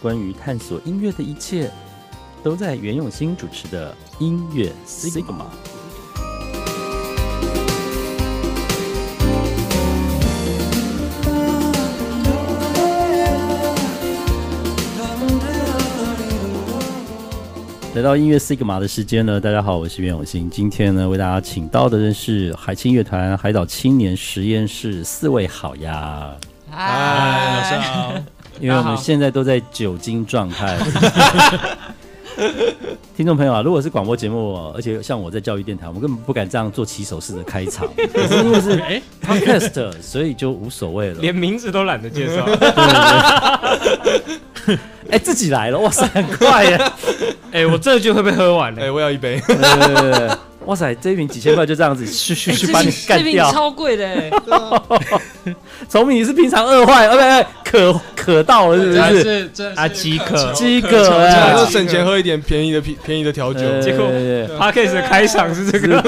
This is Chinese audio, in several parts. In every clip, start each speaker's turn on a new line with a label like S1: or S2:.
S1: 关于探索音乐的一切，都在袁永新主持的音乐 Sigma。来到音乐 Sigma 的时间呢，大家好，我是袁永新。今天呢，为大家请到的是海清乐团海岛青年实验室四位好呀。
S2: 啊哎
S3: 嗨，哎老师好。
S1: 因为我们现在都在酒精状态。听众朋友啊，如果是广播节目，而且像我在教育电台，我们根本不敢这样做起手式的开场。可是因为是 podcast，所以就无所谓了。
S2: 连名字都懒得介绍。
S1: 哎、自己来了，哇塞，很快耶！
S2: 哎、我这句会被喝完
S3: 哎、
S2: 的、
S3: 我要一杯。
S1: 对对对对对哇塞，这一瓶几千块就这样子，去去去把你干
S4: 哎这
S1: 掉
S4: 瓶。超贵的、欸，
S1: 崇明，你是平常饿坏，呃，不对，渴渴到了是
S3: 还
S1: 不是？
S3: 是真
S2: 啊饥渴
S1: 饥渴哎
S3: 就省钱喝一点便宜的啤便宜的调酒。
S1: 呃
S2: 结果
S1: 对对对
S2: p o d c a s 的开场是这个，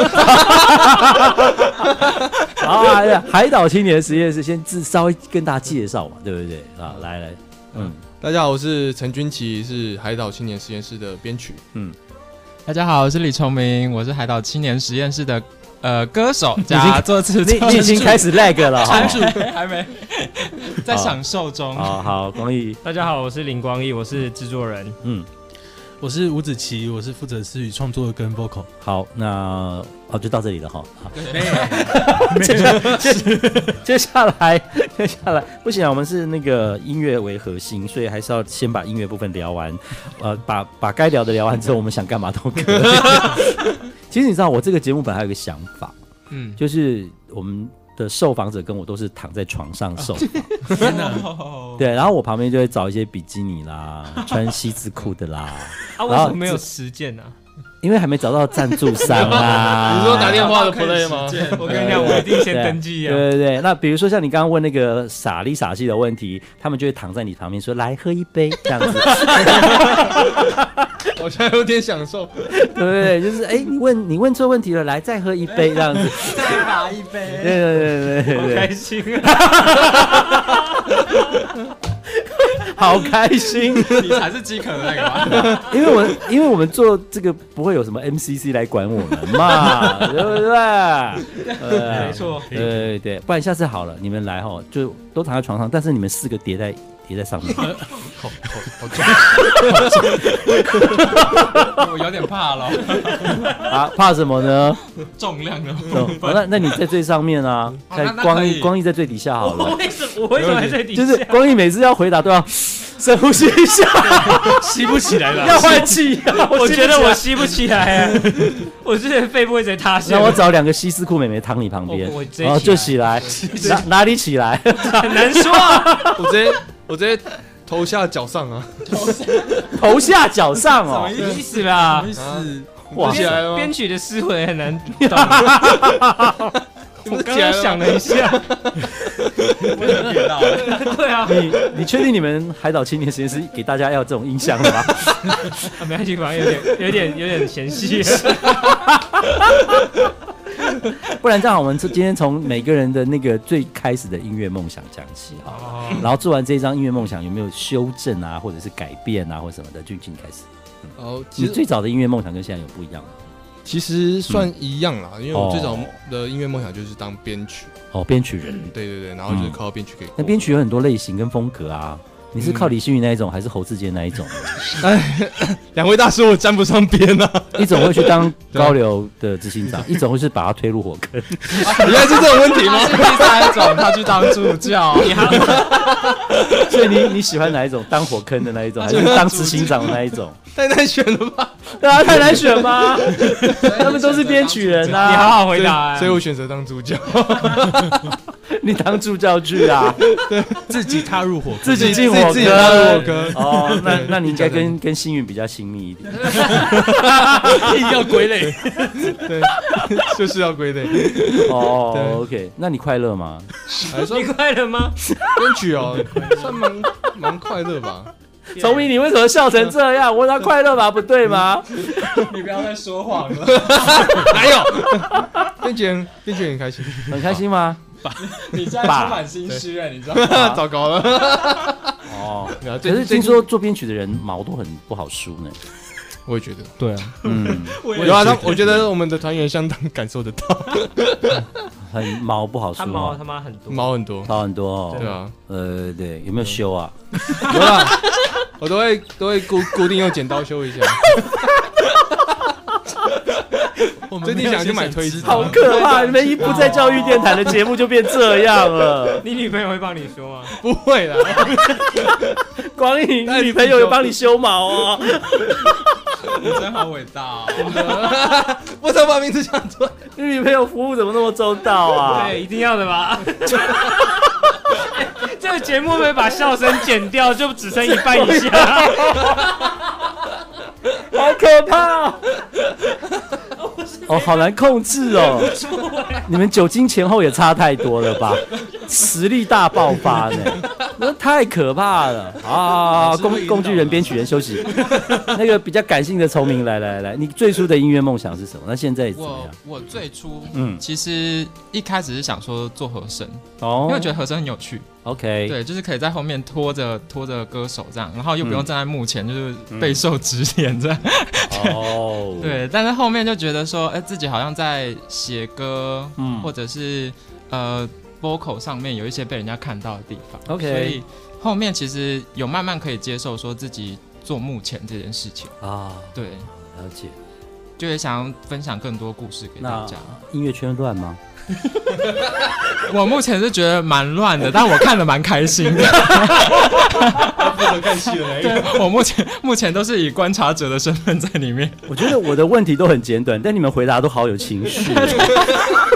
S1: 好啊，海岛青年实验室先自稍微跟大家介绍嘛，对不对？啊，来来，嗯
S3: 大家好，我是陈君奇，是海岛青年实验室的编曲。
S5: 大家好，我是李崇明，我是海岛青年实验室的呃歌手加作词
S1: 你你已经开始 lag 了，好
S5: 参
S1: 不
S5: 数
S1: 好
S5: 还没在享受中。
S1: 好好，光义，
S2: 大家好，我是林光义，我是制作人。
S1: 嗯，
S6: 我是吴子琪，我是负责词语创作跟 vocal。
S1: 好，那哦就到这里了哈。好 接下接接下来接下来不行啊，我们是那个音乐为核心，所以还是要先把音乐部分聊完，呃，把把该聊的聊完之后，我们想干嘛都可 以。 其实你知道，我这个节目本来有个想法，
S5: 嗯，
S1: 就是我们的受访者跟我都是躺在床上受
S5: 啊
S1: 访。
S5: 天
S2: 啊
S5: 哪！
S1: 对，然后我旁边就会找一些比基尼啦，穿西字裤的啦，
S2: 啊，为什么没有实践啊呢、
S1: 因为还没找到赞助商
S5: 啊
S1: 啦。
S3: 你说打电话的 play 吗？
S2: 我跟你讲，我一定先登记啊。
S1: 对对对，那比如说像你刚刚问那个傻里傻气的问题，他们就会躺在你旁边说：“来喝一杯。”这样子，
S3: 我现在有点享受。
S1: 对对对，就是哎，你问你问错问题了，来再喝一杯这样子，
S5: 再打一
S1: 对
S5: 杯。
S1: 对对对
S2: 好
S1: 对
S2: 开
S1: 对，
S2: 心啊！
S1: 好开心，
S5: 你才是饥渴的那个吧？
S1: 因为我因为我们做这个不会有什么 MCC 来管我们嘛，对不对？呃
S2: 没错，
S1: 对对对，不然下次好了，你们来哈，就都躺在床上，但是你们四个叠在叠在上面，
S5: 我有点怕了，
S1: 啊，怕什么呢？
S5: 重量的。
S1: 哦那那你在最上面啊，
S5: 哦
S1: 在
S5: 那那
S1: 光
S5: 可
S1: 义
S5: 以
S1: 光义在最底下好了
S2: 我，为什么我为什么还在底下？
S1: 就是光义每次要回答都要深呼吸一下，
S2: 吸不起来了
S1: 要换气。
S2: 我
S1: 吸不
S2: 觉
S1: 起
S2: 得
S1: 来
S2: 我吸不起来、啊， 我之前肺部一直塌陷。
S1: 让我找两个西斯裤妹妹躺你旁边
S2: 我我直，接
S1: 然后就起
S2: 起
S1: 来，哪哪里起来？
S2: 很难 说、啊，
S3: 我直接我直接头下脚上啊！
S1: 头下脚上哦，
S2: 什么意思啦？
S3: 是
S1: 哇
S3: 哇，啊起来了吗
S2: 编？曲的思维很难懂。 我刚刚想了一下，
S5: 我有点到了。
S2: 对啊，
S1: 你你确定你们海岛青年实验室给大家要这种印象了吗？
S2: 啊没关系，反正有点有点有点嫌隙。
S1: 不然这样，我们今天从每个人的那个最开始的音乐梦想讲起哈，
S2: 哦，
S1: 然后做完这张音乐梦想有没有修正啊，或者是改变啊，或什么的，俊俊开始。
S3: 哦，
S1: 你
S3: 其实
S1: 最早的音乐梦想跟现在有不一样吗？
S3: 其实算一样啦，因为我最早
S1: 哦
S3: 的音乐梦想就是当编曲，
S1: 哦，编曲人，
S3: 对对对，然后就是靠编曲可以过。
S1: 那编曲有很多类型跟风格啊。你是靠李星宇那一种，还是侯志坚那一种？
S3: 两位大师我沾不上边啊！
S2: 嗯
S1: 一种会去当高流的执行 长，一种会是把他推入火坑。
S3: 原来是这种问题
S5: 他
S3: 吗？
S5: 是第三种，他去当助 教。
S1: 所以你你喜欢哪一种？当火坑的那一 种，还是当执行长的那一种？
S3: 太难选了吧？
S1: 对啊，太难选 吗？他们都是编曲人
S2: 你
S1: 啊，
S2: 好好回答、啊。
S3: 所以我选择当主角。
S1: 你当助教去啊，
S6: 自己踏入火
S1: 自己进火
S3: 自己当
S1: 坑
S3: 我。哥。
S1: 哦，那那你应该跟跟幸运比较亲密一 点。
S6: 要归类，
S3: 对， 就是要归类。
S1: 哦
S3: 对
S1: ，OK，那你快乐吗？
S3: 还 算
S2: 你快乐吗？
S3: 编曲哦，算蛮蛮快乐吧。
S2: 啊
S1: 崇明，你为什么笑成这样？我他快乐吧，不对 吗？
S5: 你不要再说谎了。
S3: 还有 编曲很编曲很开 心，
S1: 很开心吗？
S5: 你现在充满心虚啊，你知道吗？
S3: 糟糕了，
S1: 哦，
S3: 然
S1: 可
S3: 后这
S1: 是听说做编曲的人毛都很不好梳 呢。
S3: 我也觉得，
S6: 对啊，
S1: 嗯，
S3: 有啊，他我觉得我们的团员相当感受得到，
S1: 很毛不好梳
S2: 他毛
S1: 哦，
S2: 他妈很多，
S3: 毛很多，
S1: 毛很多哦。
S3: 对啊，
S1: 呃，对，有没有修啊？
S3: 有啦，我都会都会固固定用剪刀修一下，最近想去买推子，
S1: 好可怕！你们一不在教育电台的节目就变这样 了。
S2: 你女朋友会帮你说吗？
S3: 不会啦，
S1: 光影女朋友有帮你修毛哦。
S5: 你真好伟大、 哦，
S3: 我怎么把名字讲出来？
S1: 你女朋友服务怎么那么周到啊？
S2: 对，一定要的 吧。这个节目会把笑声剪掉，就只剩一半以下。
S1: 好可怕哦！ 哦，好难控制哦！ 你们酒精前后也差太多了吧？实力大爆发呢，那太可怕了！好好 好好，工工具人、编曲人休息。那个比较感性的丛明，来来来，你最初的音乐梦想是什么？那现在怎么
S5: 我
S1: 样？
S5: 我最初
S1: 嗯，
S5: 其实一开始是想说做和声，
S1: 哦，
S5: 因为我觉得和声很有趣，
S1: OK，
S5: 对，就是可以在后面拖着拖着歌手这样，然后又不用站在幕前，就是备受指点这样。
S1: 哦，，
S5: 对，但是后面就觉得说，哎、自己好像在写歌，
S1: 嗯
S5: 或者是呃 vocal 上面有一些被人家看到的地方。
S1: OK
S5: 所以后面其实有慢慢可以接受说自己做幕前这件事情，
S1: 啊，
S5: 对，
S1: 了解。
S5: 就也想要分享更多故事给大
S1: 那
S5: 家。
S1: 音乐圈乱吗？
S5: 我目前是觉得蛮乱的，但我看的蛮开心的。
S3: 不能看戏的那一个，
S5: 对我目前目前都是以观察者的身份在里面，
S1: 我觉得我的问题都很简短，但你们回答都好有情绪哦。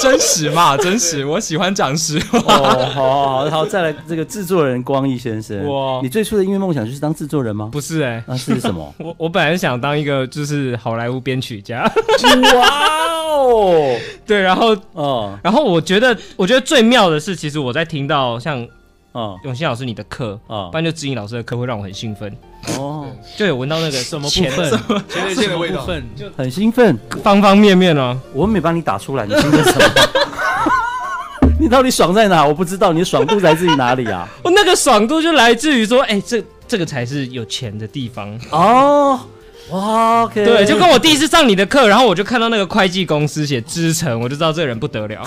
S5: 真实嘛，真实，我喜欢讲实话。
S1: 哦，好好好，再来这个制作人光义先生，
S2: 我
S1: 你最初的音乐梦想就是当制作人吗？
S2: 不是哎、？
S1: 那是什么
S2: 我我本来是想当一个就是好莱坞编曲家，
S1: 哇哦，
S2: 对，然后
S1: 哦
S2: 然后我觉得我觉得最妙的是，其实我在听到像
S1: 哦
S2: 永新老师你的课，不
S1: 哦
S2: 然就知音老师的课会让我很兴奋，
S1: 哦，
S2: 就有闻到那个
S6: 什么部
S2: 前
S6: 分？
S3: 前列
S6: 什
S3: 腺的
S6: 么
S3: 味
S6: 部
S3: 道，
S6: 分？
S1: 很兴奋，
S2: 方方面面哦、
S1: 我没帮你打出来，你兴奋什么？ 你到底爽在哪？我不知道，你的爽度来自于哪里啊？
S2: 我那个爽度就来自于说，哎、这这个才是有钱的地方。
S1: 哦，哇，OK，
S2: 对，就跟我第一次上你的课，然后我就看到那个会计公司写支诚，我就知道这个人不得了。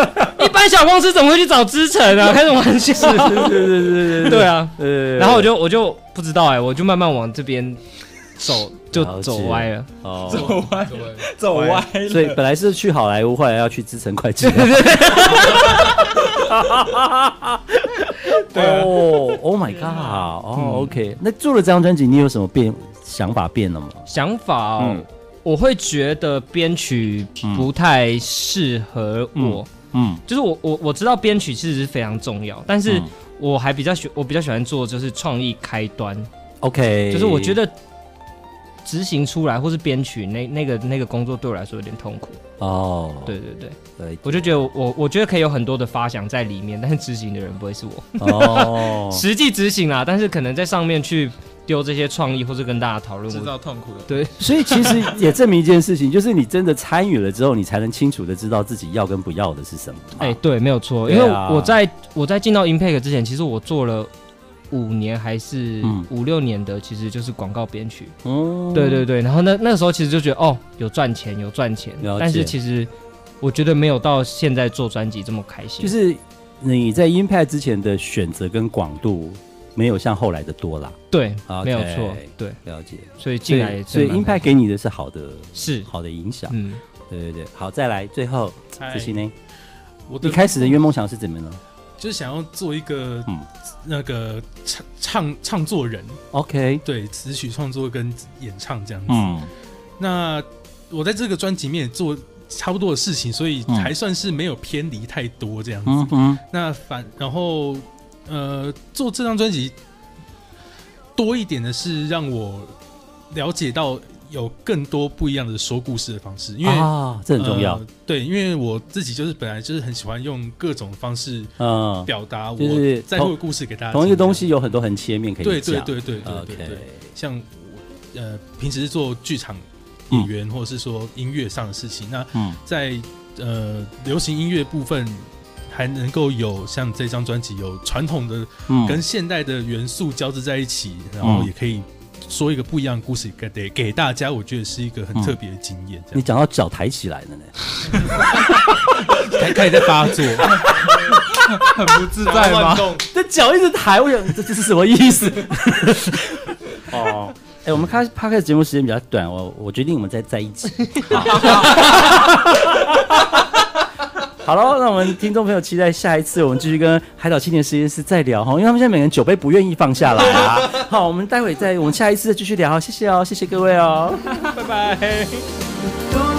S2: 一般小公司怎么会去找支诚 啊？开什么玩笑？
S1: 对对对对对
S2: 对啊，
S1: 呃，
S2: 然后我就我就不知道哎、我就慢慢往这边走，就
S1: 了解
S2: 走歪了。
S1: 哦，
S5: 走歪，
S1: 所以本来是去好莱坞，后来要去资诚会计。啊对
S2: 啊
S1: 哦，Oh my god！哦，OK，那
S2: 嗯
S1: 做了这张专辑，你有什么变想法变了吗？
S2: 想法、哦
S1: 嗯
S2: 我会觉得编曲不太适合我，
S1: 嗯，
S2: 就是我我我知道编曲其实是非常重要，但是
S1: 嗯
S2: 我还比较喜我比较喜欢做就是创意开端，
S1: OK，
S2: 就是我觉
S1: 得
S2: 得执行出来或是编曲那那个那个工作对我来说有点痛苦。
S1: 哦，
S2: 对对对，
S1: 对，
S2: 我就觉得我我我觉得可以有很多的发想在里面，但是执行的人不会是我，，
S1: 哦
S2: 实际执行啦，但是可能在上面去丢这些创意或是跟大家讨论，
S5: 制
S2: 我
S5: 造啊痛苦的。
S1: 所以其实也证明一件事情，就是你真的参与了之后，你才能清楚的知道自己要跟不要的是什么嘛。
S2: 哎、对，没有错，因
S1: 对
S2: 为
S1: 啊
S2: 我在我在进到 Impact 之前，其实我做了五年还是
S1: 嗯
S2: 五六年的，其实就是广告编曲。
S1: 嗯
S2: 对对对，然后那那时候其实就觉得哦，有赚钱，有赚钱
S1: 了，
S2: 但
S1: 解
S2: 是其实我觉得没有到现在做专辑这么开心。
S1: 就是你在 Impact 之前的选择跟广度，没有像后来的多啦。
S2: 对
S1: OK
S2: 没有错，对，
S1: 了解，
S2: 所以
S1: 所
S2: 进来
S1: 以
S2: 也
S1: 所以
S2: 真的蛮
S1: Impact 给你的是好的，
S2: 是
S1: 好的影响。
S2: 嗯，
S1: 对对对，好，再来最后
S6: 嗨
S1: 子欣呢？
S6: 我的
S1: 一开始的愿梦想是怎么呢
S6: 就是想要做一个
S1: 嗯
S6: 那个唱唱唱作人，
S1: ？OK，
S6: 对，词曲创作跟演唱这样子。
S1: 嗯，
S6: 那我在这个专辑里面也做差不多的事情，所以
S1: 嗯
S6: 还算是没有偏离太多这样子。
S1: 嗯嗯
S6: 那反然后呃，做这张专辑多一点的是让我了解到有更多不一样的说故事的方式，因为、
S1: 啊，这很重要
S6: 呃。对，因为我自己就是本来就是很喜欢用各种方式
S1: 嗯，
S6: 呃表达
S1: 就
S6: 我
S1: 是
S6: 在乎
S1: 同
S6: 的故事给大家。
S1: 同一个东西，有很多横切面可以
S6: 对对
S1: 讲。
S6: 对对对对
S1: OK，
S6: 对，像我呃平时是做剧场
S1: 嗯
S6: 演员或者是说音乐上的事情，那
S1: 嗯
S6: 在呃流行音乐部分。还能够有像这张专辑有传统的
S1: 嗯
S6: 跟现代的元素交织在一起，然后也可以说一个不一样的故事给给给大家，我觉得是一个很特别的经验。这
S1: 你
S6: 样
S1: 讲到脚抬起来了呢，
S6: 开开始在发作，
S5: 很不自在吗？
S1: 这脚一直抬，我想这这是什么意思？ 哦，哎、我们开 p 开 d 节目时间比较短，我我决定我们再在一 起。好了，那我们听众朋友期待下一次我们继续跟海岛青年实验室再聊哈，因为他们现在每个人酒杯不愿意放下来啊。好，我们待会再我们下一次再继续聊，谢谢哦，谢谢各位哦。
S6: 拜拜。
S4: 多